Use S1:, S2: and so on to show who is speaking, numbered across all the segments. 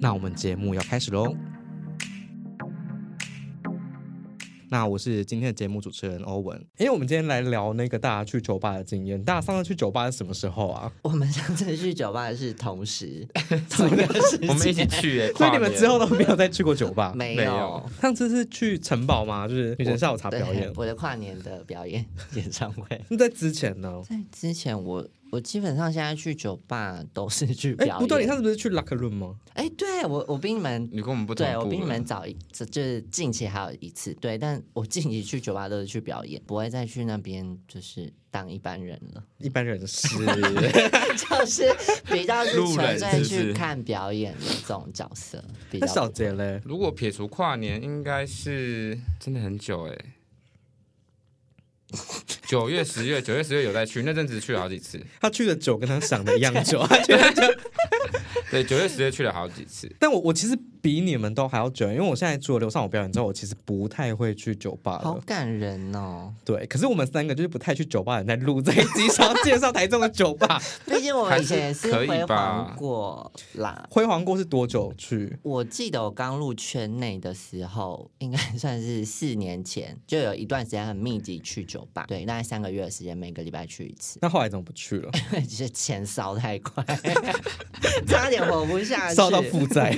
S1: 那我们节目要开始喽。那我是今天的节目主持人欧文，因为我们今天来聊那个大家去酒吧的经验。大家上次去酒吧是什么时候啊？
S2: 我们上次去酒吧是同时同一个 时间，
S3: 我们一起去、欸，
S1: 所以你们
S3: 跨年
S1: 之后都没有再去过酒吧？
S2: 没
S3: 没
S2: 有
S3: 有
S1: 上次是去城堡吗？就是女神下午茶
S2: 对
S1: 表演。
S2: 我的跨年的表演演唱会。
S1: 那在之前呢？
S2: 在之前我，我基本上现在去酒吧都是去
S1: 哎
S2: 表演。，
S1: 不对，你上次不是去 Locker Room 吗？
S2: 哎、对我我比你们
S3: 你跟我们不同步
S2: 对
S3: 了
S2: 我比你 们早一，这就是近期还有一次对，但我近期去酒吧都是去表演，不会再去那边就是当一般人了，
S1: 一般人是
S2: 就是比较是
S3: 路
S2: 纯
S3: 人
S2: 粹
S3: 是不
S2: 去
S3: 是
S2: 看表演的这种角色，比
S1: 那
S2: 较
S1: 小杰嘞，
S3: 如果撇除跨年，应该是真的很久哎、 九月、十月、九月、十月有在去，那阵子去了好几次。
S1: 他去的酒跟他想的一样 久，他去的酒。
S3: 对，九月、十月去了好几次。
S1: 但我我其实比你们都还要久，因为我现在除了留上我表演之后，我其实不太会去酒吧
S2: 好
S1: 了。
S2: 感人哦。
S1: 对，可是我们三个就是不太去酒吧的人在录这一集，想要介绍台中的酒吧。
S2: 毕竟我们以前也是
S3: 还是可
S2: 辉
S3: 以吧
S2: 煌过啦。
S1: 辉煌过是多久去？。
S2: 我记得我刚入圈内的时候，应该算是四年前， 就有一段时间很密集去酒吧，对，大概三个月的时间，每个礼拜去一次
S1: 那后来怎么不去了？
S2: 只是钱烧太快， 差点活不下去，
S1: 烧到负债。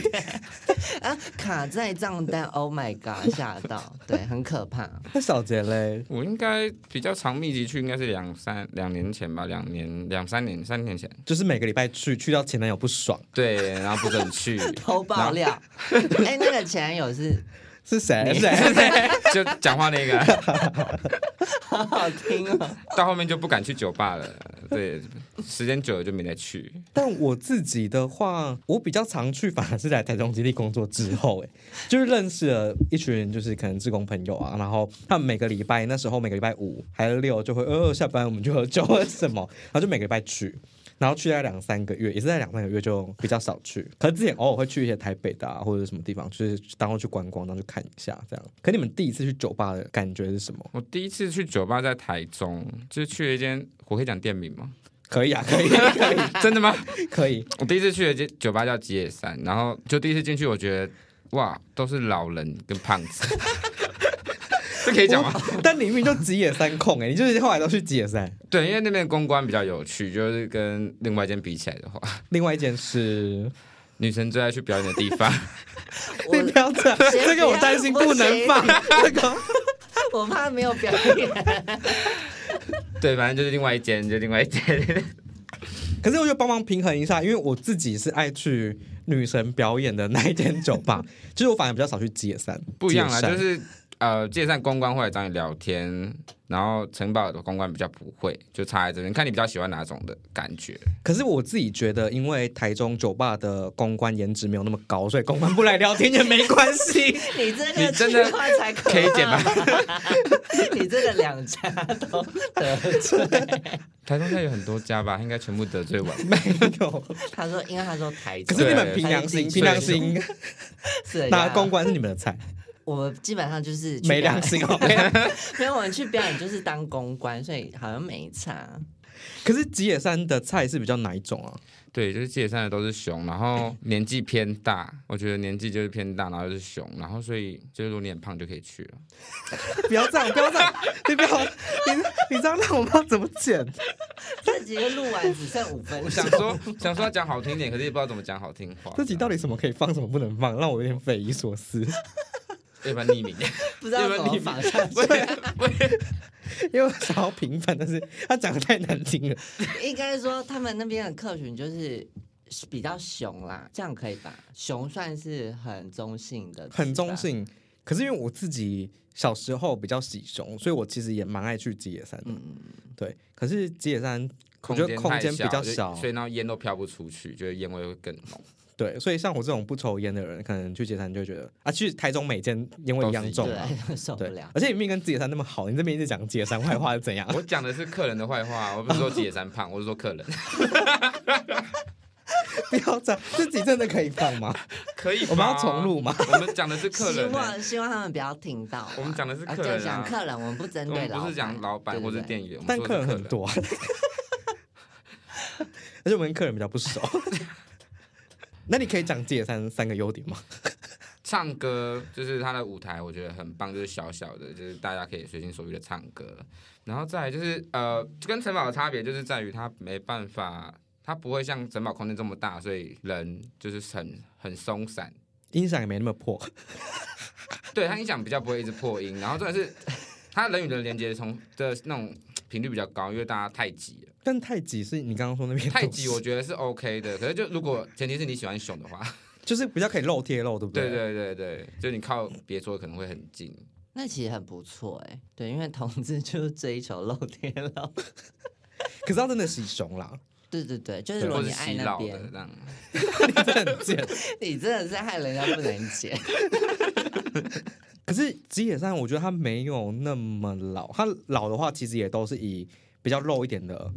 S2: 啊，卡在账单，Oh my god，吓到，对，很可怕。
S1: 那小杰嘞，
S3: 我应该比较长密集去，应该是两三两年前吧，两年两三年三年前。
S1: 就是每个礼拜去，去到前男友不爽，
S3: 对，然后不准去，
S2: 偷爆料，哎、那个前男友是
S1: 是谁？是谁？
S3: 就讲话那个，
S2: 好好听 哦，
S3: 到后面就不敢去酒吧了。对，时间久了就没再去。
S1: 但我自己的话，我比较常去，反而是在台中基地工作之后，哎， 就是认识了一群就是可能志工朋友啊，然后他们每个礼拜那时候每个礼拜五还是六就会呃下班我们就喝酒或者什么， 然后就每个礼拜去。然后去了两三个月，也是在两三个月就比较少去，可是之前偶尔会去一些台北的啊，或者什么地方，就是当做去观光，当去看一下这样。可你们第一次去酒吧的感觉是什么？
S3: 我第一次去酒吧在台中，就去了一间，我可以讲店名吗？
S1: 可以啊，可以，
S3: 真的吗？
S1: 可以。
S3: 我第一次去的酒酒吧叫吉野山，然后就第一次进去，我觉得哇，都是老人跟胖子， 这可以讲吗？
S1: 但你明明就吉野山控哎、你就是后来都去吉野山。
S3: 对，因为那边公关比较有趣，就是跟另外一间比起来的话，
S1: 另外一件事，
S3: 女生最爱去表演的地方，
S2: 我
S1: 你不要这样，
S2: 先
S1: 这个我
S2: 不要
S1: 担心
S2: 不
S1: 不能
S2: 行
S1: 放。这个
S2: 我怕没有表演。
S3: 对，反正就是另外一间，就另外一间。
S1: 可是我就帮忙平衡一下，因为我自己是爱去女神表演的那一间酒吧，就是我反而比较少去吉野山，
S3: 不一样啦，
S1: 吉野
S3: 就
S1: 山
S3: 是呃，介绍公关会来找你聊天，然后城堡的公关比较不会，就差在这边，看你比较喜欢哪种的感觉。
S1: 可是我自己觉得，因为台中酒吧的公关颜值没有那么高，所以公关不来聊天也没关系。
S2: 你这个
S3: 你真的
S2: 计划才可
S3: 可以剪吗
S2: 怕 你这个两家都得罪。
S3: 台中现在有很多家吧，应该全部得 罪完。
S1: 没有，
S2: 他说，因为他说台
S1: 哎可
S2: 中，
S1: 是你们
S3: 对
S1: 凭良心，
S2: 对
S1: 凭良心
S2: 是
S1: 拿公
S2: 公，
S1: 关是你们的菜，
S2: 啊我们基本上就是去
S1: 没
S2: 表
S1: 良
S2: 演，
S1: 心哦。没良心
S2: 没有我们去表演就是当公关，所以好像没差。
S1: 可是吉野山的菜是比较哪一种啊？
S3: 对，就是界山的都是熊，然后年纪偏大，我觉得年纪就是偏大，然后就是熊，然后所以就是如果你很胖就可以去了。
S1: 不要这样，不要这样， 你不要，你你这样让我不知道怎么剪。
S2: 这几个录完只剩五分钟
S3: 我想，说 想说要讲好听点，可是也不知道怎么讲 好听话。
S1: 这集到底什么可以放，什么不能放，让我有点匪夷所思。
S3: 要不然匿名？
S2: 不知道怎么放下去。
S1: 因为我想要平凡，但是他讲的太难听了。
S2: 应该说他们那边的客群就是。比较熊啦，这样可以吧？熊算是很中性的，
S1: 很中。性。可是因为我自己小时候比较喜熊，所以我其实也蛮爱去吉野山的。对，可是吉野山我觉得空
S3: 太
S1: 间比较
S3: 就
S1: 小
S3: 所以那烟都飘不出去，就是烟味会更浓。
S1: 对，所以像我这种不抽烟的人，可能去解散就会觉得啊，去台中每间烟味一样重啊。
S2: 对， 受不
S1: 对
S2: 了，。
S1: 而且你命跟解散那么好，你这边一直讲解散坏话是怎样？
S3: 我讲的是客人的 坏话，我不是说野山胖，我是说客人
S1: 不要这样，自己真的可以放 吗？
S3: 可以。
S1: 我们要重，录吗？
S3: 我们讲的是客
S2: 希
S3: 人欸、
S2: 望希望他们不要听到啊。
S3: 我们讲的是
S2: 啊
S3: 客人啊
S2: 对讲客人，我们不针
S3: 我
S2: 对
S3: 们
S2: 老板，
S3: 不是讲老板或是
S2: 影。
S3: 店员，我们
S1: 但
S3: 说
S1: 客
S3: 的是
S1: 人很
S3: 人。
S1: 多 啊，而且我们跟客人比较不熟。 那你可以讲解散三个优点吗？
S3: 唱歌就是他的舞台，我觉得很棒，就是小小的，就是大家可以随心所欲的唱歌。然后再来就是呃，就跟城堡的差别就是在于它没办法，它不会像城堡空间这么大，所以人就是很很松散。
S1: 音响也没那么破，
S3: 对，它音响比较不会一直破音，然后真的是它人与人连接从的那种频率比较高，因为大家太挤了。
S1: 但太极是你刚刚说那边
S3: 太挤
S1: 都
S3: 我
S1: 是
S3: 觉得是 OK 的，可是就如果前提是你喜欢熊的话，
S1: 就是比较可以露贴露，对不
S3: 对
S1: 对
S3: 对对对，就你靠别桌可能会很近。
S2: 那其实很不错哎、对，因为同志就是追求露天了。
S1: 可是要真的喜熊啦，
S2: 对对对，就是如
S3: 或
S2: 果
S3: 是
S2: 你爱
S3: 洗
S2: 那
S3: 脑的
S2: 边，
S3: 这样，
S1: 你真的很贱。
S2: 你真的是害人家不能解。
S1: 可是吉野山，我觉得它没有那么老，它老的话其实也都是以比较露一点的，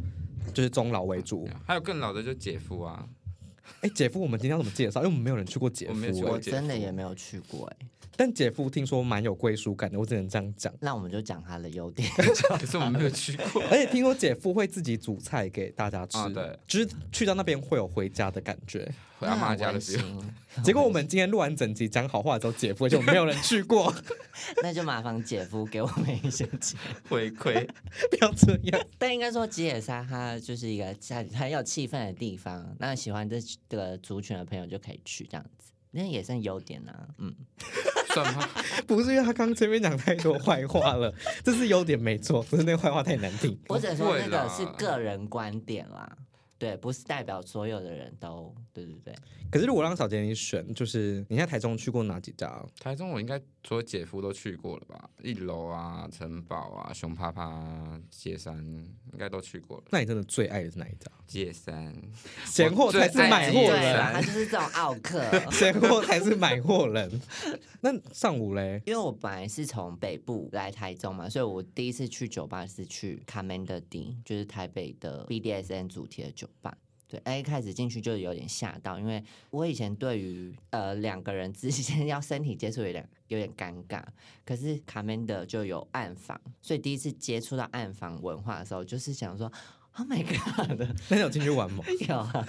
S1: 就是中老为主。
S3: 啊还有更老的就姐夫啊，
S1: 哎，姐夫，我们今天要怎么介绍？因为我们没有人去过姐
S3: 我
S1: 夫、
S3: 没有去过
S1: 哎
S2: 我
S3: 解
S2: 真的
S3: 释
S2: 也没有去过哎、
S1: 但姐夫听说蛮有归属感的，我只能这样讲。。
S2: 那我们就讲他的优点。
S3: 可是我们没有去过
S1: 而且听说姐夫会自己煮菜给大家吃，
S3: 啊对，
S1: 就是去到那边会有回家的感觉。
S3: 回阿妈
S2: 那
S3: 家
S2: 很
S3: 的
S2: 温
S3: 时候，
S2: 馨，
S1: 结果我们今天录完整集讲好话之后，姐夫就没有人去过，
S2: 那就麻烦姐夫给我们一些建议。
S3: 回馈，
S1: 不要这样。
S2: 但应该说吉野山它就是一个很很有气氛的地方，那喜欢这这个族群的朋友就可以去这样子，那也算优点啊。嗯，
S3: 算吗？
S1: 不是因为他刚前面讲太多坏话了， 这是优点没错，不是那个坏话太难听。
S2: 我只能说那个
S3: 不会
S2: 是
S3: 啦
S2: 个人观点啦，对，不是代表所有的人都对对对。
S1: 可是如果让小杰你选，就是你在台中去过哪几家？
S3: 台中我应该所有姐夫都去过了吧？一楼啊、城堡啊、熊趴趴啊、界山应该都去过了。
S1: 那你真的最爱的是哪一家？
S3: 界山，
S1: 闲货才是买货
S3: 过
S2: 对啦，
S1: 人，
S2: 他就是这种奥克。
S1: 闲货才是买货人。那上午嘞，
S2: 因为我本来是从北部来台中嘛，所以我第一次去酒吧是去 Commander D，就是台北的 BDSN 主题的酒吧。对，哎，一开始进去就有点吓到，因为我以前对于呃两个人之间 要身体接触有点有点尴尬，可是 Commander 就有暗房，所以第一次接触到暗房文化的时候，就是想说，Oh my god，
S1: 那你有进去玩 吗？
S2: 有啊，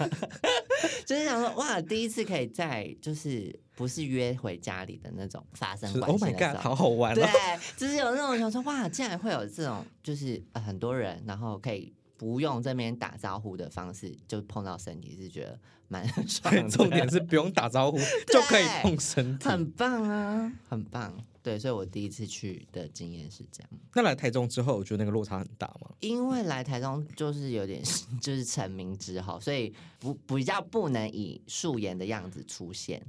S2: 就是想说哇，第一次可以在就是不是约回家里的那种发生
S1: 就是
S2: 关
S1: Oh
S2: 系
S1: my
S2: 的时
S1: god，
S2: 候。
S1: 好好玩
S2: 对啊
S1: 哦！，
S2: 就是有那种想说哇，竟然会有这种，就是、呃很多人，然后可以不用这边打招呼的方式就碰到身体，是觉得蛮 爽的。
S1: 重点是不用打招呼就可以碰身体。
S2: 很棒啊，很棒。对，所以我第一次去的经验是这样。
S1: 那来台中之后，我觉得那个落差很大嘛。
S2: 因为来台中就是有点 就是成名之后，所以不比较不能以素颜的样子出现，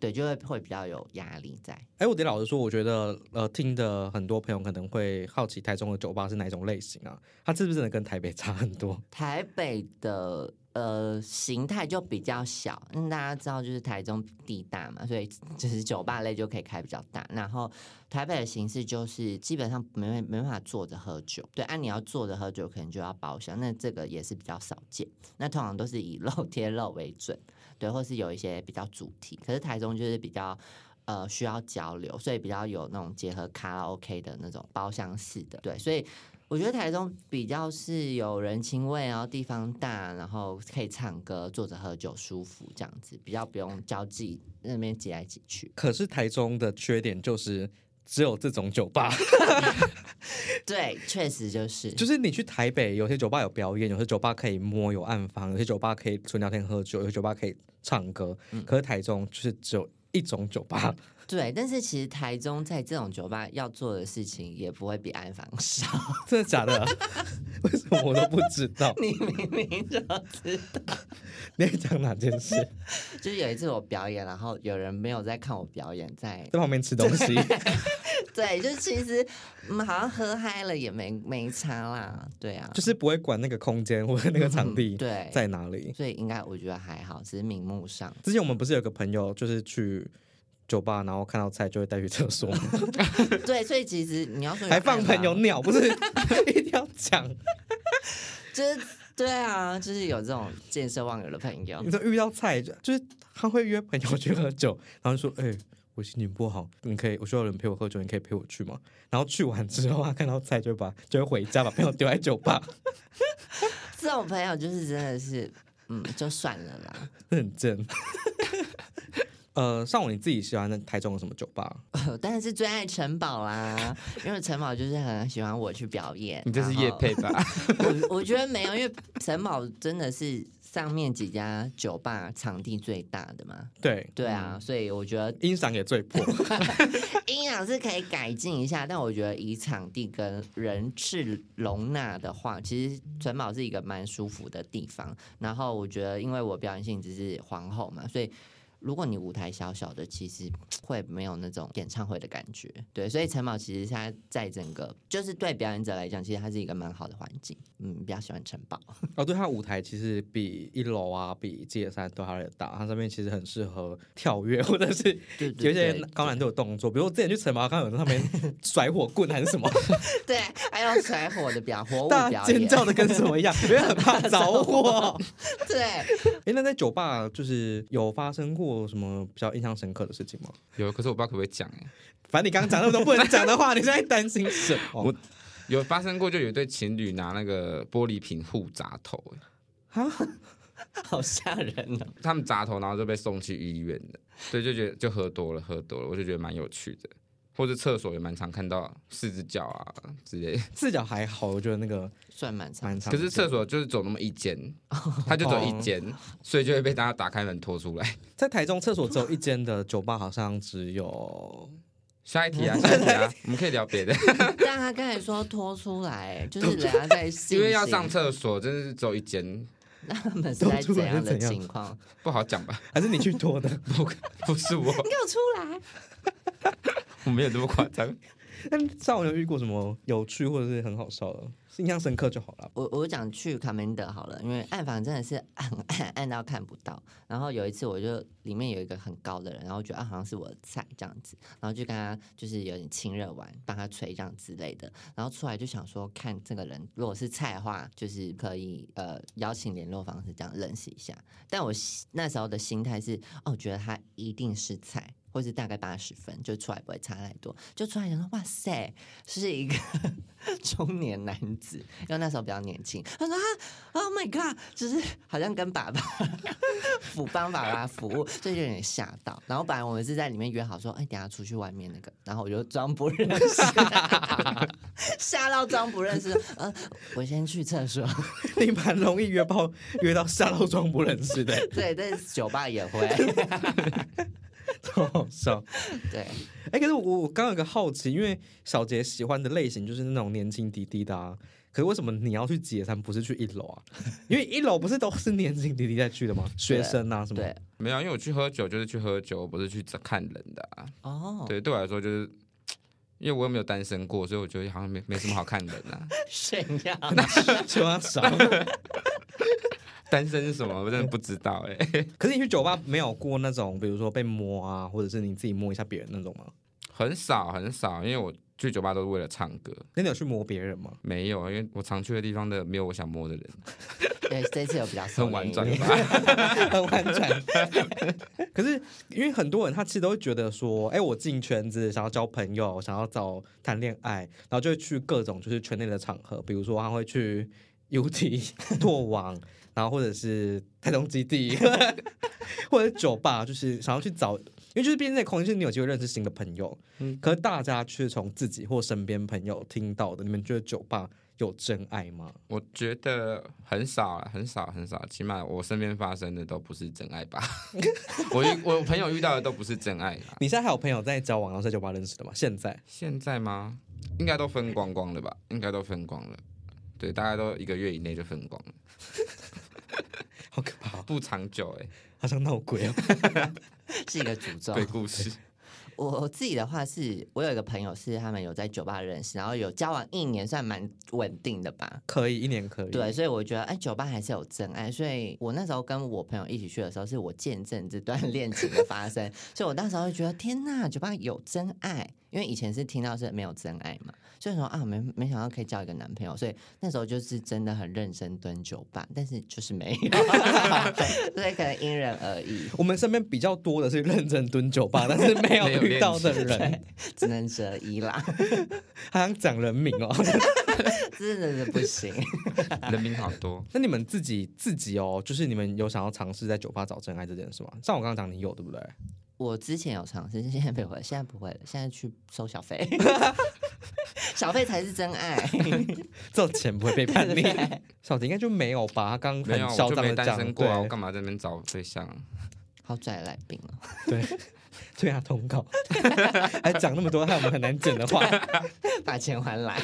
S2: 对，就会会比较有压力在。
S1: 哎，我得老实说，我觉得呃，听的很多朋友可能会好奇台中的酒吧是哪一种类型啊？它是不是真的跟台北差很多？
S2: 台北的呃形态就比较小，嗯，大家知道就是台中地大嘛，所以 就是酒吧类就可以开比较大。然后台北的形式就是基本上没没办法坐着喝酒，对，啊按、你要坐着喝酒可能就要包厢，那这个也是比较少见。那通常都是以露天露为准，对，或是有一些比较主题。可是台中就是比较。呃，需要交流，所以比较有那种结合卡拉 OK 的那种包厢式的，对，所以我觉得台中比较是有人情味，然后地方大，然后可以唱歌、坐着喝酒，舒服这样子，比较不用交际那边挤来挤去。
S1: 可是台中的缺点就是只有这种酒吧，
S2: 对，确实就是，
S1: 就是你去台北，有些酒吧有表演，有些酒吧可以摸有暗房，有些酒吧可以纯聊天喝酒，有些酒吧可以唱歌。可是台中就是只有一种酒吧，
S2: 对。但是其实台中在这种酒吧要做的事情也不会比安防少，
S1: 真的假的？为什么我都不知道？
S2: 你明明就知道。
S1: 你在讲哪件 事？
S2: 就是有一次我表演，然后有人没有在看我表演，在
S1: 在旁边吃东西，
S2: 啊对，就是其实嗯，好像喝嗨了也没没差啦，对啊，
S1: 就是不会管那个空间或者那个场地
S2: 嗯对，
S1: 在哪里。
S2: 所以应该我觉得还好，只是名目上
S1: 之前我们不是有个朋友，就是去酒吧，然后看到菜就会带去厕所吗，
S2: 对，所以其实你要说有
S1: 还放
S2: 爱吗
S1: 朋友， 尿，不是
S2: 啊
S1: 一定要讲。
S2: 嗯就是对啊，就是有这种见色忘友的朋友
S1: 你，说遇到菜，就就是他会约朋友去喝酒，然后就说：“哎、我心情不好，你可以，我需要有人陪我喝酒，你可以陪我去吗？”然后去完之后，他看到菜就会把就会回家，把朋友丢在酒吧，
S2: 这种朋友就是真的是，嗯，就算了啦。
S1: 很正。 呃，上午你自己喜欢的台中有什么酒吧？
S2: 但是最爱城堡啦，因为城堡就是很喜欢我去表演。
S3: 你这是
S2: 然后
S3: 夜配吧？
S2: 我我觉得没有，因为城堡真的是上面几家酒吧场地最大的嘛。
S1: 对
S2: 对
S3: 嗯
S2: 啊，所以我觉得
S1: 音响也最破，
S2: 音响啊是可以改进一下，但我觉得以场地跟人次容纳的话，其实城堡是一个蛮舒服的地方。然后我觉得，因为我表演性质是皇后嘛，所以。如果你舞台小小的，其实会没有那种演唱会的感觉，对，所以城堡其实它在整个就是对表演者来讲，其实它是一个蛮好的环境，嗯，比较喜欢城堡。
S1: 哦，对，它舞台其实比一楼啊，比界山都还要大，它上面其实很适合跳跃，或者 是
S2: 对
S1: 有
S2: 对
S1: 一些
S2: 对，
S1: 高难度的动作，比如我之前去城堡，看到有人在上 面甩火棍还是 什么，
S2: 对，还有甩火的表火舞
S1: 大
S2: 表
S1: 家
S2: 演，
S1: 尖叫的跟什么一样，因为很怕着 火。
S2: 对，
S1: 哎，那在酒吧就是有发生过什么比较印象深刻的事情吗？
S3: 有，可是我不知道可不可以讲哎、
S1: 反正你刚刚讲那么多不能讲的话，你现在担心什 么？
S3: 我有发生过，就有一对情侣拿那个玻璃瓶互砸头、欸
S2: 好吓人哦。
S3: 他们砸头，然后就被送去医院的。对，就觉得就喝多了，喝多了，我就觉得蛮有趣的。或者厕所也蛮常看到四只脚啊之类的，
S1: 视角还好，我觉得那个
S2: 算蛮长
S1: 蛮长。
S3: 可是厕所就是走那么一间，
S2: 哦
S3: 他就走一间，所以就会被大家打开门拖出来。
S1: 在台中厕所只有一间的酒吧，好像只有
S3: 下一 题啊，下一题啊，我们可以聊别的，
S2: 但他刚才说拖出来，就是人家 在
S3: 因为要上
S2: 厕，
S3: 厕所真的是只有一间，
S2: 他们是在怎样的情况？
S3: 不好讲吧？
S1: 还是你去拖 的？
S3: 不，不是我，
S2: 给我出来！
S3: 我没有这么夸张。
S1: 那上午有遇过什么有趣或者是很好笑的？印象深刻就好了。
S2: 我我讲去卡门德好了，因为暗房真的是暗暗暗到看不到。然后有一次，我就里面有一个很高的人，然后觉得啊好像是我的菜这样子，然后就跟他就是有点亲热完，帮他吹这样之类的。然后出来就想说，看这个人如果是菜的话，就是可以呃邀请联络方式这样认识一下。但我心那时候的心态是，哦，我觉得他一定是菜，或是大概八十分，就出来不会差太多。就出来想说，哇塞，是一个 中年男子，因为那时候比较年轻。他说啊，Oh my god，就是好像跟爸爸 服帮爸爸服务，所以就有点吓到。然后本来我们是在里面约好说，哎，等一下出去外面那个，然后我就装不认识， 吓到装不认识。呃，我先去厕所。
S1: 你蛮容易约炮约到下楼装不认识的，
S2: 对，但是酒吧也会。
S1: 超好笑。
S2: 对，
S1: 哎、可是我我刚有个好奇，因为小杰喜欢的类型就是那种年轻滴滴的啊。可是为什么你要去解散，不是去一楼啊？因为一楼不是都是年轻滴滴在去的吗？学生啊什么？
S2: 对，
S3: 没有，因为我去喝酒就是去喝酒，我不是去看人的、啊。
S2: 哦，
S3: 对，对我来说就是。因为我又没有单身过，所以我觉得好像没没什么好看人啊。
S2: 炫耀。
S1: 喜欢少。
S3: 单身是什么？我真的不知道哎、
S1: 可是你去酒吧没有过那种，比如说被摸啊，或者是你自己摸一下别人那种吗？
S3: 很少很少，因为我去酒吧都是为了唱歌。
S1: 那你有去摸别人吗？
S3: 没有，啊因为我常去的地方的没有我想摸的人，
S2: 对，这次有比较收
S3: 很婉
S2: 敛一
S3: 转
S2: 点。
S3: 吧？
S1: 很婉转。可是因为很多人他其实都会觉得说，哎、我进圈子想要交朋友，想要找谈恋爱，然后就会去各种就是圈内的场合，比如说他会去 UT 拓网，然后或者是台东基 地，或者是酒吧，就是想要去找，因为就是毕竟在空间，就是你有机会认识新的朋友。
S3: 嗯
S1: 可是大家却从自己或身边朋友听到的，你们觉得酒吧有真爱吗？
S3: 我觉得很少啊，很少很少，起码我身边发生的都不是真 爱吧。我遇我朋友遇到的都不是真爱啦。
S1: 你现在还有朋友在交往，然后在酒吧认识的吗？现在？
S3: 现在吗？应该都分光光了吧？应该都分光了。对，大概都一个月以内就分光了。
S1: 好可怕、哦，
S3: 不长久哎、
S1: 好像闹鬼 哦。
S2: 是一个诅
S1: 啊
S2: 咒。
S3: 鬼 故事。
S2: 我自己的话是，我有一个朋友是他们有在酒吧认识，然后有交往一年，算蛮稳定的吧。
S1: 可以，一年可以。
S2: 对，，所以我觉得，哎，酒吧还是有真爱。所以我那时候跟我朋友一起去的时候，是我见证这段 恋情的发生。所以我那时候就觉得，天呐，酒吧有真爱！因为以前是听到是没有真爱嘛，所以说啊，没没想到可以交一个男朋友。所以那时候就是真的很认真蹲酒吧，但是就是没有，所以可能因人而异，
S1: 我们身边比较多的是认真蹲酒吧，但是没有
S3: 没有
S1: 遇到的
S3: 练
S1: 人，
S2: 只能择一啦，
S1: 好像讲人名哦。
S2: 真的是不行。
S3: 人民好多，
S1: 那你们自己自己哦，就是你们有想要尝试在酒吧找真爱这件事吗？像我刚刚讲，你有对不对？
S2: 我之前有尝试， 现在不会，现在不会了，现在去收小费，小费才是真爱。
S1: 这种钱不会背叛你
S2: 对，
S1: 小迪应该就没有吧？他刚刚
S3: 没有
S1: 很
S3: 我
S1: 嚣
S3: 就
S1: 张
S3: 没
S1: 的
S3: 单
S1: 讲，
S3: 身过啊，我
S1: 对
S3: 干嘛在那边找对象？啊
S2: 好拽来宾哦，
S1: 对 对啊，通告 还讲那么多害我们很难剪的话。
S2: 把钱还来。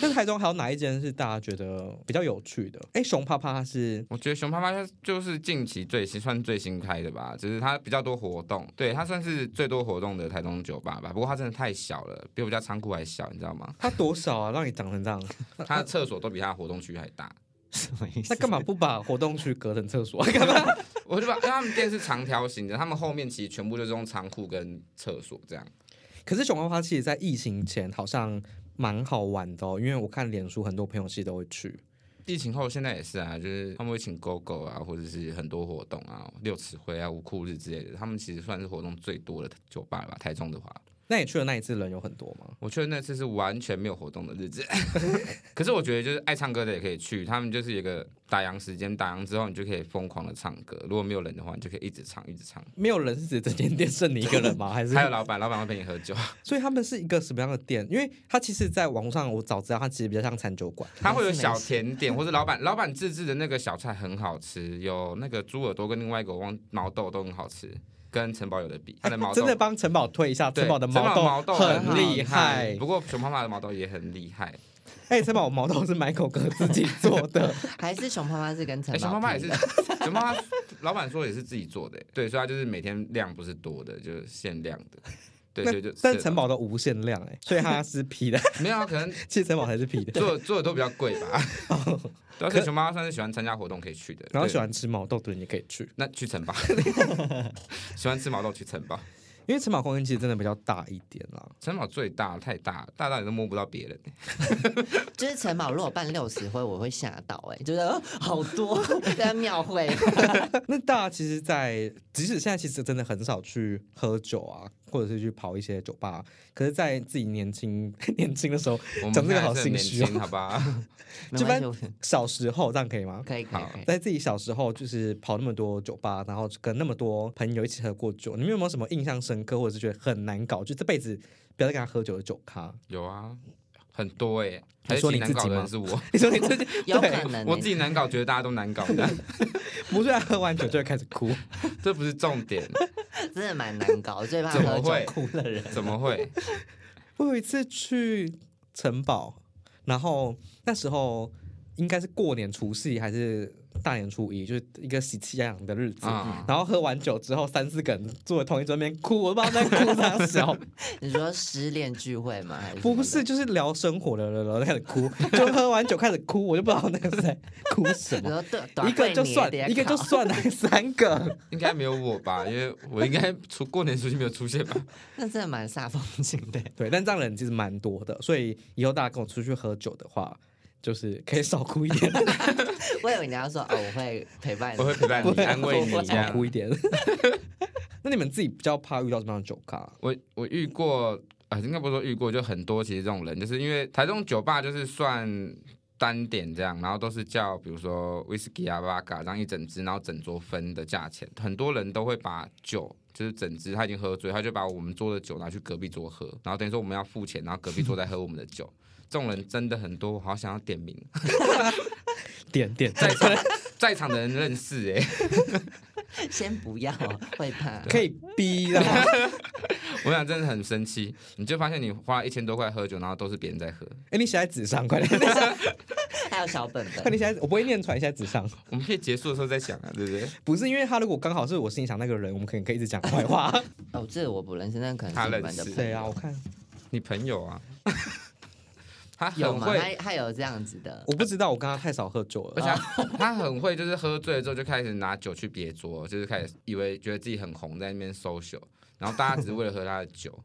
S1: 那台中还有哪一间是大家觉得比较有趣的？哎，熊啪啪是
S3: 我觉得熊啪啪就是近期最新算最新开的吧，只是它比较多活动，对它算是最多活动的台中酒吧吧。不过它真的太小了，比我们家仓库还小，你知道吗？
S1: 它多少啊？让你长成这样，
S3: 它的厕所都比它的活动区还大。
S2: 什么意
S1: 那干嘛不把活动区隔成厕所？干嘛？
S3: 我就把，因为他们店是长条形的，他们后面其实全部就是用仓库跟厕所这样。
S1: 可是熊猫趴其实，在疫情前好像蛮好玩的哦，因为我看脸书很多朋友其实都会去。
S3: 疫情后现在也是啊，就是他们会请狗狗啊，或者是很多活动啊，六尺灰啊、无裤日之类的，他们其实算是活动最多的酒吧了吧。台中的话，
S1: 那你去的那一次人有很多吗？
S3: 我去的那次是完全没有活动的 日子，可是我觉得就是爱唱歌的也可以去，他们就是有一个打烊时间，打烊之后你就可以疯狂的唱歌，如果没有人的话，你就可以一直唱一直唱。
S1: 没有人是指整间店剩你一个人 吗？还是
S3: 还有老板，老板会陪你 喝酒，
S1: 所以他们是一个什么样的店？因为它其实，在网上我早知道，它其实比较像餐酒馆。
S3: 他会有小甜 点，或者老板老板自制的那个小菜很好吃，有那个猪耳朵跟另外一个我忘毛豆都很好吃，跟城堡有的比，他的毛豆
S1: 哎真的帮城堡推一下，
S3: 对
S1: 城堡的毛
S3: 毛豆
S1: 很厉
S3: 害
S1: 害，
S3: 不。过熊妈妈的毛豆也很厉害，
S1: 哎，城堡毛豆是 Michael 哥自己做 的，
S2: 还是熊妈妈是跟
S3: 哎、
S2: 陈
S3: 熊妈妈也是
S2: 宝娣的，
S3: 熊妈妈，老板说也是自己做的，欸对，所以他就是每天量不是多的，就是限量的，对，所以就
S1: 那但城堡都无限量哎，所以它是皮的，
S3: 没有啊，可能
S1: 其实城堡才是 皮的。
S3: 做做的都比较贵 吧。对，而且熊妈妈算是喜欢参加活动可以去的，
S1: 哦然后
S3: 对
S1: 喜欢吃毛豆的人也可以去，
S3: 那去城 堡，喜欢吃毛豆去城堡，
S1: 因为城堡空间其实真的比较大一点啦。
S3: 城堡最大太大，大到你都摸不到别人。欸
S2: 就是陈宝。如果办六十回，我会吓到哎、觉得哦好多在庙会。
S1: 那大家其实在，即使现在其实真的很少去喝酒啊，或者是去跑一些酒吧，可是，在自己年轻 年轻的时候，
S3: 我们
S1: 讲这个好
S3: 现在是很
S1: 心
S3: 年
S1: 虚哦
S3: 轻，好 吧？
S2: 没
S1: 这
S2: 关
S1: 班
S2: 系，我
S1: 小时候这样可以吗？
S2: 可以可以可以。
S1: 在自己小时候，就是跑那么多酒吧，然后跟那么多朋友一起喝过酒，你们有没有什么印象深刻，或者是觉得很难搞，就这辈子不要再跟他喝酒的酒咖？
S3: 有啊，很多哎、欸，
S1: 你说你自
S3: 难
S1: 己
S3: 搞的人
S1: 吗
S3: 是我，欸
S1: 你说你自己
S2: 有可
S1: 对，
S2: 能、欸
S3: 我自己难搞，觉得大家都难搞的，
S1: 不是在喝完酒就会开始 哭，
S3: 这不是重点，
S2: 真的蛮难搞，最怕
S3: 怎么
S2: 喝
S3: 会
S2: 酒哭的人。
S3: 怎么会？
S1: 我有一次去城堡，然后那时候应该是过年除夕还是大年初一，就是一个喜气洋洋的日子。
S3: 啊
S1: 然后喝完酒之后，三四个人坐在同一桌那边哭，我都不知道在哭啥小，
S2: 你说失恋聚会吗？还是什么
S1: 不
S2: 的
S1: 是就是聊生活的人，然后开始哭，就喝完酒开始哭，我就不知道那个是在哭什
S2: 你
S1: 么。
S2: 说对，
S1: 一个
S2: 短跪
S1: 就
S2: 你也
S1: 算，
S2: 得
S1: 一个就
S2: 考
S1: 算了，三个。
S3: 应该没有我吧，因为我应该出过年出去没有出现吧。
S2: 那真的蛮煞风景的。
S1: 对，但这样的人其实蛮多的，所以以后大家跟我出去喝酒的话，就是可以少哭一点。
S2: 我以为你要说哦，我会陪伴
S3: 我会
S2: 你，
S3: 陪伴
S1: 啊不
S3: 你，
S1: 会
S3: 安慰你
S2: 不会
S3: 这
S1: 少
S3: 样
S1: 哭。一 点。那你们自己比较怕遇到什么样的酒咖？
S3: 我我遇过啊、应该不是说遇过，就很多其实这种人，就是因为台中酒吧就是算单点这样，然后都是叫比如说 whisky 啊、v 嘎这样一整支，然后整桌分的价钱，很多人都会把酒。就是整支他已经喝醉，他就把我们桌的酒拿去隔壁桌喝，然后等于说我们要付钱，然后隔壁桌再喝我们的酒。这种人真的很多，我好想要点名，
S1: 点点
S3: 在场 在场的人认识哎、
S2: 先不要，会怕。
S1: 可以逼 的。哎、
S3: 我想真的很生气。
S1: 哎
S3: 你就发现你花一千多块喝酒，然后都是别人在喝，
S1: 你写在纸上，快点。
S2: 还有小本
S1: 看
S2: 本，
S1: 你现在，我不会念出来，现在只上
S3: 我们可以结束的时候再讲啊，对不对？
S1: 不是因为他如果刚好是我欣赏那个人，我们可能可以一直讲坏话。
S2: 哦，这我不认识，那可能
S3: 他
S2: 是你
S3: 认
S2: 们的朋
S3: 识
S2: 友
S1: 对啊，我看
S3: 你朋友啊，他
S2: 有
S3: 很
S2: 吗？
S3: 会，
S2: 他他有这样子的
S1: 我不知道，我跟他太少喝酒
S3: 而
S1: 了。
S3: 且他他很会，就是喝醉了之后就开始拿酒去别桌，就是开始以为觉得自己很红，在那边 social，然后大家只是为了喝他的酒，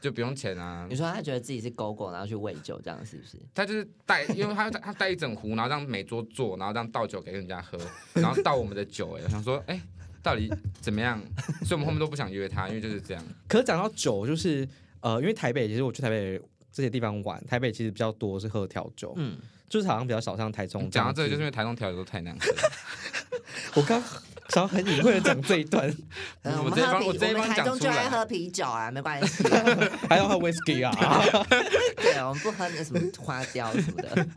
S3: 就不用钱啊
S2: 你。说他觉得自己是狗狗，然后去喂酒，这样是不是？
S3: 他就是带，因为他他带一整壶，然后让每桌坐，然后让倒酒给人家喝，然后倒我们的酒、哎，我想说，哎、到底怎么样？所以我们后面都不想约他，因为就是这样。
S1: 可是讲到酒，就是呃，因为台北其实我去台北这些地方玩，台北其实比较多是喝调酒，
S2: 嗯，
S1: 就是好像比较少像台中。
S3: 讲到这个，就是因为台中调酒都太难喝了。
S1: 我刚想要很隐晦的讲这一段，
S2: 嗯我
S3: 我
S2: 们
S3: 这一
S2: 喝
S3: 方我
S2: 啤，
S3: 这一
S2: 我们
S3: 方
S2: 台
S3: 讲
S2: 中
S3: 出
S2: 就
S3: 来
S2: 爱喝啤酒啊，没关 系，
S1: 还要喝 whisky 啊。
S2: 对，我们不喝那什么花雕什么 的，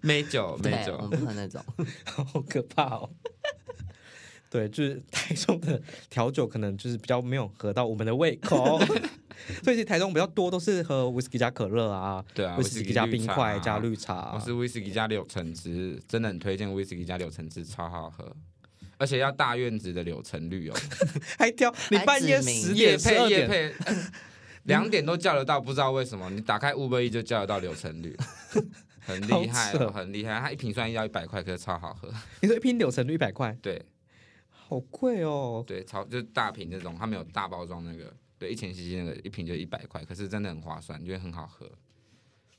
S3: 美酒，美
S2: 对，我
S3: 酒
S2: 们。不喝那种。
S1: 好可怕哦！ 对，就是台中的调酒可能就是比较没有合到我们的胃口， 所以其实台中比较多都是喝 whisky 加可乐啊，
S3: 对啊
S1: whisky 加冰块加绿茶
S3: 我
S1: 啊，
S3: 是威士忌加柳橙汁，真的很推荐威士忌加柳橙汁，超好喝，而且要大院子的柳橙绿哦。
S1: 还挑你半夜
S2: 还指名
S1: 十
S3: 夜
S1: 点十
S3: 配
S1: 二
S3: 夜
S1: 点，
S3: 配，两点都叫得到，不知道为什么，你打开 Uber E 就叫得到柳 橙绿，很厉害、
S1: 好扯
S3: 哦，很厉害。它一瓶虽然要一百块，可是超好喝。
S1: 你说一瓶柳橙绿一百块，
S3: 对
S1: 好贵哦！
S3: 对，超就是大瓶那种，它没有大包装那个，对，一千 CC 那个一瓶就一百块，可是真的很划算，因为很好喝。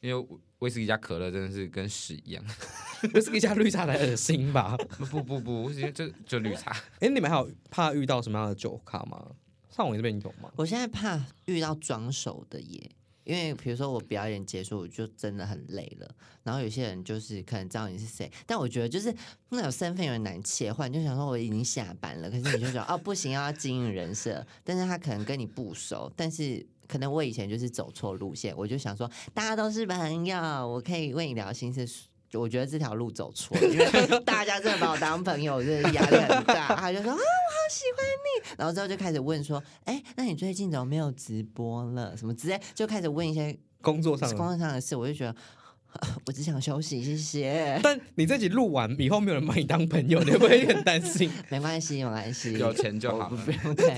S3: 因为威士忌加可乐真的是跟屎一样，
S1: whisky 加绿茶才恶心吧？
S3: 不不不，威士忌就就绿茶。
S1: 哎，你们还有怕遇到什么样的酒咖吗？上网这边有吗？
S2: 我现在怕遇到装熟的耶，因为比如说我表演结束，我就真的很累了。然后有些人就是可能知道你是谁，但我觉得就是那种身份有点难切换，就想说我已经下班了，可是你就想 哦不行，要经营人设，但是他可能跟你不熟，但是。可能我以前就是走错路线，我就想说大家都是朋友，我可以为你聊心事。我觉得这条路走错了，因为大家真的把我当朋友，我真的压力很大。他就说啊，我好喜欢你，然后之后就开始问说，哎、那你最近怎么没有直播了？什么之类，就开始问一些
S1: 工作上
S2: 工
S1: 的。
S2: 作上的事，我就觉得。 啊我只想休息，谢谢。
S1: 但你自己录完以后，没有人把你当朋友，你会不会很担心？
S2: 没关系，没关系，
S3: 有钱就好
S2: 我
S3: 了
S2: 不用 对，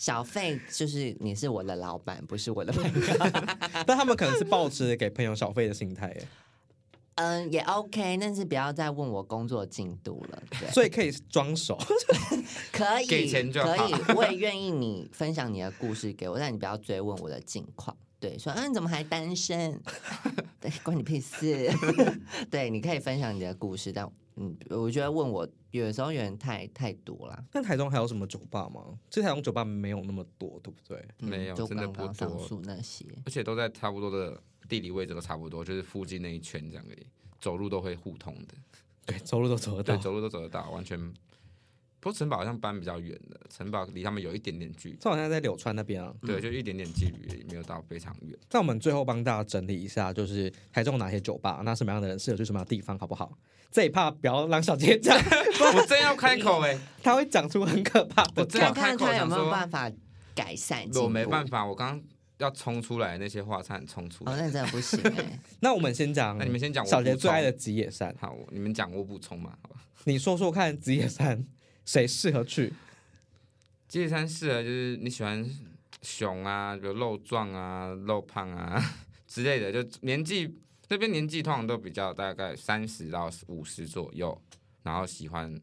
S2: 小费就是你是我的老板，不是我的朋友。
S1: 但他们可能是抱持给朋友小费的心态 耶，
S2: 嗯，也 OK，但是不要再问我工作进度了。对，
S1: 所以可以装熟。
S2: 可以
S3: 给钱就好
S2: 可以，我也愿意你分享你的故事给我，但你不要追问我的近况。对，说啊你怎么还单身？ 对，关你屁事。 对，你可以分享你的故事，但嗯，我觉得问我有的时候有点太太多了。
S1: 那台中还有什么酒吧吗？其实台中酒吧没有那么多，对不对？
S2: 嗯
S3: 没有
S2: 就
S3: 真的
S2: 刚
S3: 不
S2: 刚上
S3: 多
S2: 述那些。
S3: 而且都在差不多的地理位置都差不多，就是附近那一圈这样而已，走路都会互通的，
S1: 哦对，走路都走得
S3: 对，
S1: 到。
S3: 走路都走得到，完全。不过城堡好像搬比较远的，城堡离他们有一点点距离，
S1: 这好像在柳川那边啊。
S3: 对，就一点点距离而已，没有到非常远。
S1: 那我们最后帮大家整理一下，就是台中有哪些酒吧，那什么样的人适合去什么样的地方，好不好？这一怕不要让小杰讲，
S3: 我真要开口哎、
S1: 他会讲出很可怕的
S3: 我真
S1: 话
S3: 要
S2: 看。
S3: 啊开
S2: 看
S3: 口
S2: 他有
S3: 想
S2: 没有
S3: 说
S2: 办法改善。
S3: 我没办
S2: 法。
S3: 法，我刚刚要冲出来那些话差点冲出
S2: 哦，
S3: 来。
S2: 那你真的不行哎、
S1: 那我们先讲，
S3: 那你们先讲我
S1: 小杰
S3: 补充
S1: 最爱的吉野山，
S3: 好，我你们讲我补充嘛，好吧？
S1: 你说说看，吉野山谁适合去？
S3: 吉野山适合啊就是你喜欢熊啊，比如肉壮啊、肉胖啊 之类的，就年纪那边年纪通常都比较大概三十到五十左右，然后喜欢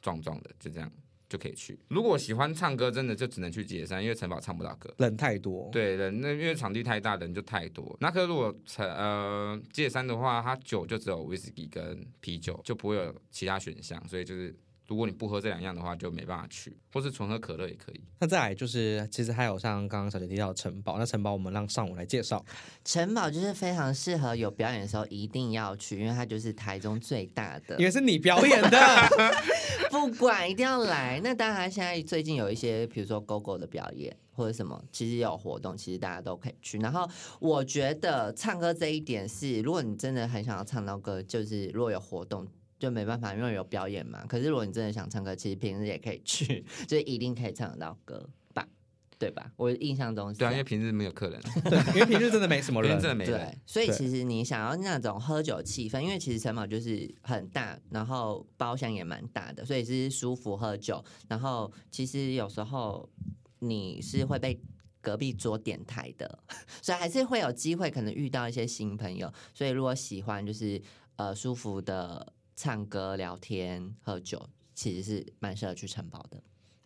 S3: 壮壮的，就这样就可以去。如果喜欢唱歌，真的就只能去吉野山，因为城堡唱不到歌。
S1: 人太
S2: 哦
S1: 多，
S3: 对人，那因为场地太大，人就太多。那可是如果成呃戒山的话，它酒就只有威士忌跟啤酒，就不会有其他选项，所以就是如果你不喝这两样的话，就没办法去，或是纯喝可乐也可以。
S1: 那再来就是，其实还有像刚刚小姐提到的城堡，那城堡我们让上午来介绍。
S2: 城堡就是非常适合有表演的时候一定要去，因为它就是台中最大的
S1: 以。为是你表演 的，
S2: 不管一定要来。那当然，现在最近有一些，比如说 GoGo 的表演或者什么，其实也有活动，其实大家都可以去。然后我觉得唱歌这一点是，如果你真的很想要唱到歌，就是如果有活动。就没办法，因为有表 演嘛。可是如果你真的想唱歌，其实平时也可以去，就是一定可以唱得到歌吧。对吧？我印象中是
S3: 对啊，
S2: 这
S3: 因为
S2: 样
S3: 平日没有客人，
S1: 对，因为平日真的没什么
S3: 平日
S1: 人
S3: 真，的没人。
S2: 对，所以
S1: 对
S2: 其实你想要那种喝酒气氛，因为其实城堡就是很大，然后包厢也蛮大的，所以是舒服喝酒。然后其实有时候你是会被隔壁桌点台的，所以还是会有机会可能遇到一些新朋友。所以如果喜欢就是呃舒服的唱歌、聊天、喝酒，其实是蛮适合去城堡的。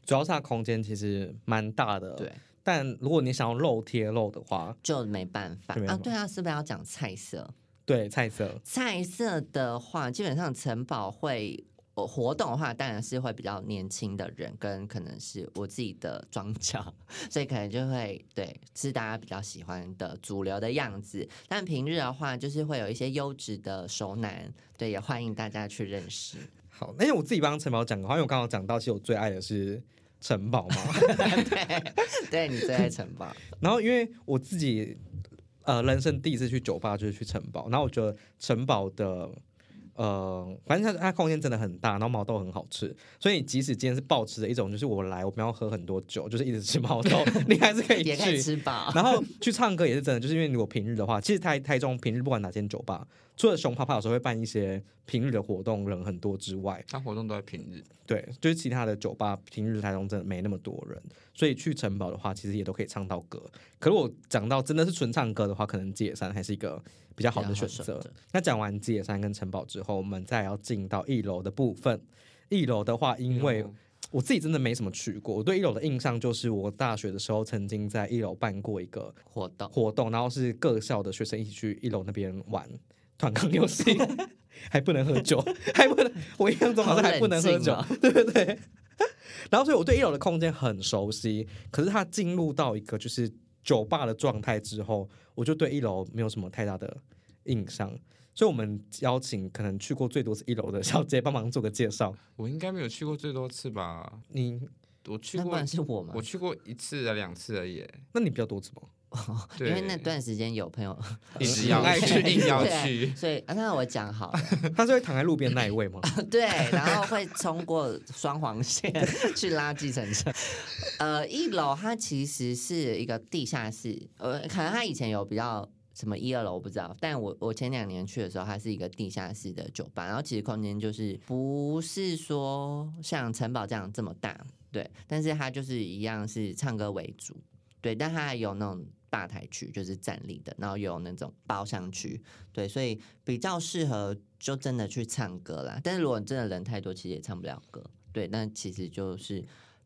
S1: 主要是它空间其实蛮大的。
S2: 对，，
S1: 但如果你想要露贴肉的话，
S2: 就没办法
S1: 就没办
S2: 啊。
S1: 法
S2: 对啊，是不是要讲菜色？
S1: 对菜色，
S2: 菜色的话，基本上城堡会。呃活动的话，当然是会比较年轻的人，跟可能是我自己的庄脚，所以可能就会对是大家比较喜欢的主流的样子。但平日的话，就是会有一些优质的熟男，对，也欢迎大家去认识。
S1: 好，那因为我自己帮城堡讲的话，因为我刚好讲到，其实我最爱的是城堡嘛。
S2: 对，对你最爱城堡，
S1: 然后因为我自己呃人生第一次去酒吧就是去城堡，然后我觉得城堡的呃，反正它它空间真的很大，然后毛豆很好吃，所以即使今天是暴吃的一种，就是我来我们要喝很多酒，就是一直吃毛豆， 你还是 可以
S2: 也可以
S1: 去。
S2: 吃饱。
S1: 然后去唱歌也是真的，就是因为如果平日的话，其实台台中平日不管哪间酒吧，除了熊泡泡有时候会办一些平日的活动，人很多之外，
S3: 他活动都在平日，
S1: 对，就是其他的酒吧平日台中真的没那么多人，所以去城堡的话，其实也都可以唱到歌。可是我讲到真的是纯唱歌的话，可能解散还是一个比较好的选
S2: 比较好
S1: 择
S2: 的选择。
S1: 那讲完解散跟城堡之后，我们再要进到一楼的部分。一楼的话，因为我自己真的没什么去过，我对一楼的印象就是我大学的时候曾经在一楼办过一个
S2: 活动
S1: 活动，然后是各校的学生一起去一楼那边玩团康游戏， 还不能喝酒， 还不能，我印象中好像还不能喝酒，
S2: 好冷啊
S1: 对 对对。然后，所以我对一楼的空间很熟悉，可是它进入到一个就是酒吧的状态之后，我就对一楼没有什么太大的印象。所以，我们邀请可能去过最多次一楼的小姐帮忙做个介绍。
S3: 我应该没有去过最多次吧？
S1: 你，
S3: 我去
S2: 那不
S3: 过
S2: 然，是我吗
S3: 我？去过一次啊，两次而已。
S1: 那你比较多次吗？
S3: 对，
S2: 因为那段时间有朋友，
S3: 一直
S1: 很爱
S3: 要去，
S1: 去
S3: 硬要
S2: 对
S3: 去，
S2: 所以、啊、那我讲好了。
S1: 他是会躺在路边那一位吗？
S2: 对，然后会冲过双黄线去拉计程车。呃，一楼它其实是一个地下室，呃，可能它以前有比较什么一二楼我不知道，但我我前两年去的时候，它是一个地下室的酒吧，然后其实空间就是不是说像城堡这样这么大，对，但是它就是一样是唱歌为主，对，但它还有那种。吧台区就是站立的，然后有那种包厢区，对，所以比较适合就真的去唱歌啦。但是如果你真的人太多，其实也唱不了歌。对，那其实就是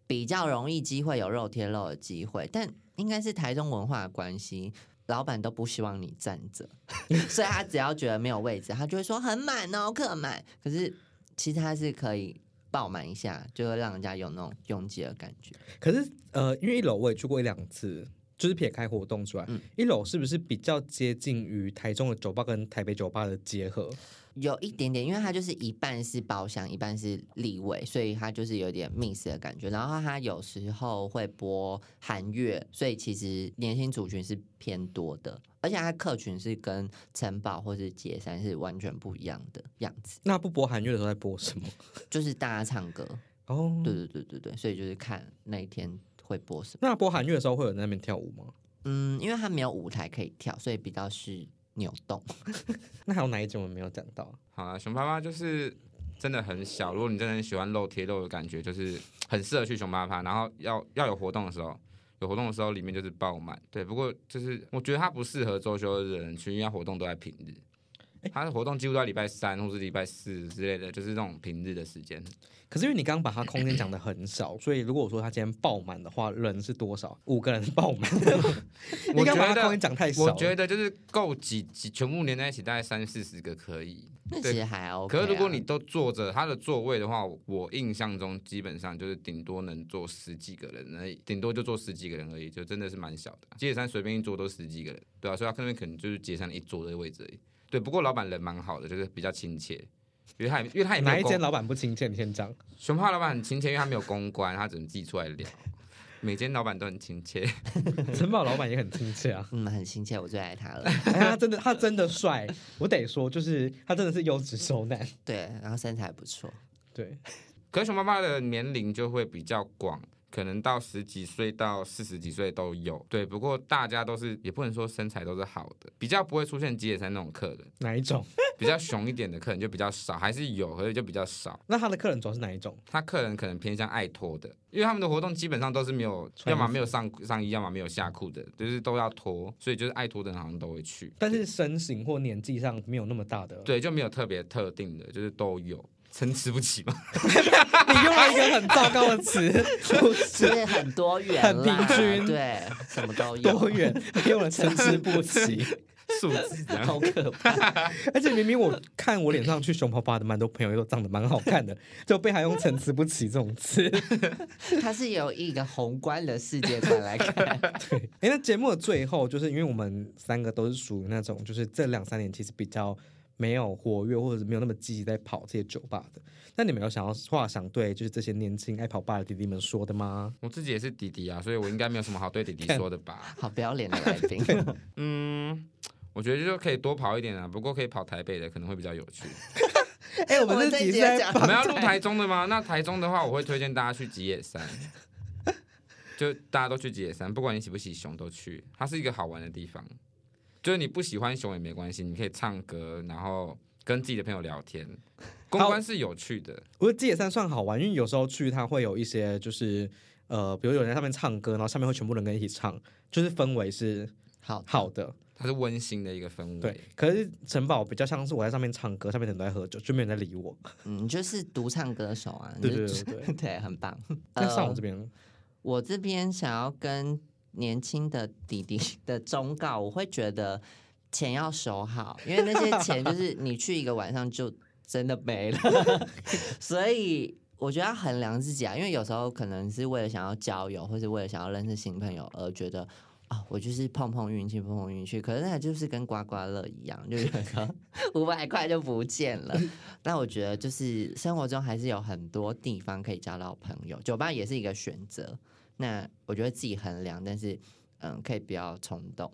S2: 比较容易机会有肉贴肉的机会，但应该是台中文化的关系。老板都不希望你站着， 所以他只要觉得没有位置，他就会说很满哦，客满。可是其实他是可以爆满一下，就会让人家有那种拥挤的感觉。
S1: 可是呃，因为一楼我也去过一两次，就是撇开活动之外，
S2: 嗯
S1: 一楼是不是比较接近于台中的酒吧跟台北酒吧的结合？
S2: 有一点点，因
S3: 嗯
S2: 为它就是一半是包厢，一半是立位，所以它就是有点 mix 的感觉。然后它有时候会播韩乐，所以其实年轻族群是偏多的，而且它客群是跟城堡或是解散是完全不一样的样子，
S1: 那不播韩乐的时候在播什么？
S2: 就是大家唱歌，
S1: 哦，
S2: 对对对对对，所以就是看那一天会播什么。
S1: 那播韩乐的时候会有人在那边跳舞吗？
S2: 嗯，因为它没有舞台可以跳，所以比较是扭动。
S1: 那还有哪一种我们没有讲到？
S3: 好啦，熊爸爸就是真的很小。如果你真的很喜欢露贴肉的感觉，就是很适合去熊爸爸。然后要要有活动的时候，有活动的时候里面就是爆满。对，不过就是我觉得它不适合周休日的人去，因为它活动都在平日。它的活动几乎都在礼拜三或是礼拜四之类的，就是那种平日的时间。
S1: 可是因为你刚刚把它空间讲的很少，所以如果我说它今天爆满的话，人是多少？五个人爆 满，你
S3: 我
S1: 刚刚把
S3: 觉
S1: 它空间
S3: 得，
S1: 讲太少了。
S3: 我觉得就是够挤挤，全部连在一起大概三四十个可以。
S2: 那
S3: 对
S2: 其实还 OK、啊。
S3: 可是如果你都坐着，它的座位的话，我印象中基本上就是顶多能坐十几个人而已，顶多就坐十几个人而已，就真的是蛮小的。街山随便一桌都十几个人，对啊，所以他那边可能就是街上一桌的位置而已。对，不过老板人蛮好的，就是比较亲切，因为他也因为他也
S1: 哪
S3: 没
S1: 一
S3: 有
S1: 间
S3: 公，
S1: 老板不亲切？你先 讲。
S3: 熊怕老板很亲切，因为他没有公关，他只能自己出来聊。每间老板都很亲切，
S1: 城堡老板也很亲切啊。
S2: 嗯很亲切，我最爱他了。
S1: 哎，他真的，他真的帅，我得说，就是他真的是优质熟男。
S2: 对，然后身材不错。
S1: 对，
S3: 可是熊妈妈的年龄就会比较广，可能到十几岁到四十几岁都有。对，不过大家都是也不能说身材都是好的，比较不会出现吉野山那种客人，
S1: 哪一种？
S3: 比较熊一点的客人就比较少，还是有，可是就比较少。
S1: 那他的客人主要是哪一种？
S3: 他客人可能偏向爱脱的，因为他们的活动基本上都是没有，
S1: 穿
S3: 要
S1: 衣
S3: 么
S1: 服
S3: 没有上上衣，要么没有下裤的，就是都要脱，所以就是爱脱的人好像都会去。
S1: 但是身形或年纪上没有那么大的。，
S3: 对，就没有特别特定的，就是都有，参差不齐嘛。
S1: 你用了一个很糟糕的词，不
S2: 就是是很多元
S1: 很
S2: 啦
S1: 平均
S2: 对，什么都有。
S1: 多远，用了参差不齐，
S3: 数字 这样。
S1: 好可怕。而且明明我看我脸上去熊泡泡的，蛮多朋友都长得蛮好看的，就被他用参差不齐这种词。
S2: 它是有一个宏观的世界观来看，
S1: 对，哎，那节目的最后，就是因为我们三个都是属于那种，就是这两三年其实比较没有活跃，或者是没有那么积极在跑这些酒吧的。那你们有想要话想对，就是这些年轻爱跑吧的弟弟们说的吗？
S3: 我自己也是弟弟啊，所以我应该没有什么好对弟弟说的吧。
S2: 好不要脸的来宾。
S3: 嗯，我觉得就可以多跑一点啊，不过可以跑台北的可能会比较有趣。
S1: 哎，我们这集是在
S3: 我
S1: 帮
S3: 们要录台中的吗？那台中的话，我会推荐大家去吉野山，就大家都去吉野山，不管你喜不喜熊都去，它是一个好玩的地方。就是你不喜欢熊也没关系，你可以唱歌，然后跟自己的朋友聊天，公关是有趣的。
S1: 我觉得这也算算好玩，因为有时候去它会有一些就是呃，比如有人在上面唱歌，然后下面会全部人跟一起唱，就是氛围是
S2: 好，
S1: 好的。
S3: 它是温馨的一个氛围。
S1: 对，可是城堡比较像是我在上面唱歌，下面的人都在喝酒，就没有人在理我。
S2: 嗯，你就是独唱歌手啊，你
S1: 对
S2: 就
S1: 对对对。
S2: 对很棒。
S1: 那上我
S2: 呃
S1: 这边，
S2: 我这边想要跟年轻的弟弟 的忠告，我会觉得钱要守好，因为那些钱就是你去一个晚上就真的没了， 所以。我觉得要衡量自己啊，因为有时候可能是为了想要交友，或是为了想要认识新朋友而觉得啊、我就是碰碰运气，碰碰运气。可是那就是跟刮刮乐一样，就觉得五百块就不见了。那我觉得就是生活中还是有很多地方可以交到朋友，酒吧也是一个选择。那我觉得自己衡量，但是嗯，可以不要冲动。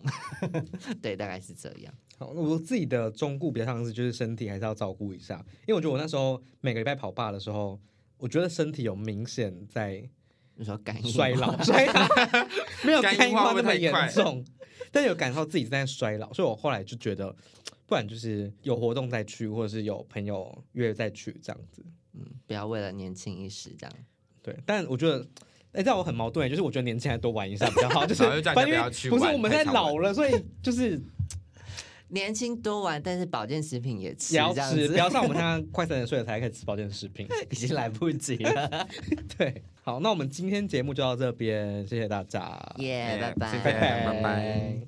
S2: 对，大概是这样。
S1: 好，我自己的中顾比较像是就是身体还是要照顾一下，因为我觉得我那时候每个礼拜跑吧的时候，我觉得身体有明显在
S2: 你说感应
S1: 衰
S2: 吗
S1: 老，衰 老没有肝
S3: 肝
S1: 硬
S3: 硬
S1: 化
S3: 化
S1: 那
S3: 会不
S1: 么
S3: 会太
S1: 严
S3: 快
S1: 重，但有感受自己在衰老，所以我后来就觉得，不然就是有活动再去，或者是有朋友约再去这样子。
S2: 嗯，不要为了年轻一时这样。
S1: 对，但我觉得。哎，这样我很矛盾，就是我觉得年轻还多玩一下比较好，就是
S3: 然后又叫人家
S1: 反正因
S3: 不
S1: 为
S3: 要去
S1: 不是
S3: 玩
S1: 我们
S3: 太
S1: 在
S3: 常
S1: 老
S3: 玩
S1: 了，所以 就是
S2: 年轻多玩，但是保健食品也吃，
S1: 也要
S2: 这样
S1: 吃，
S2: 子
S1: 不要像我们现在快三十岁了才开始吃保健食品。
S2: 已经来不及了。
S1: 对，好，那我们今天节目就到这边，谢谢大家，
S2: 耶、
S3: Yeah，
S2: 拜
S3: 谢谢
S1: 拜
S3: 拜拜
S1: 拜。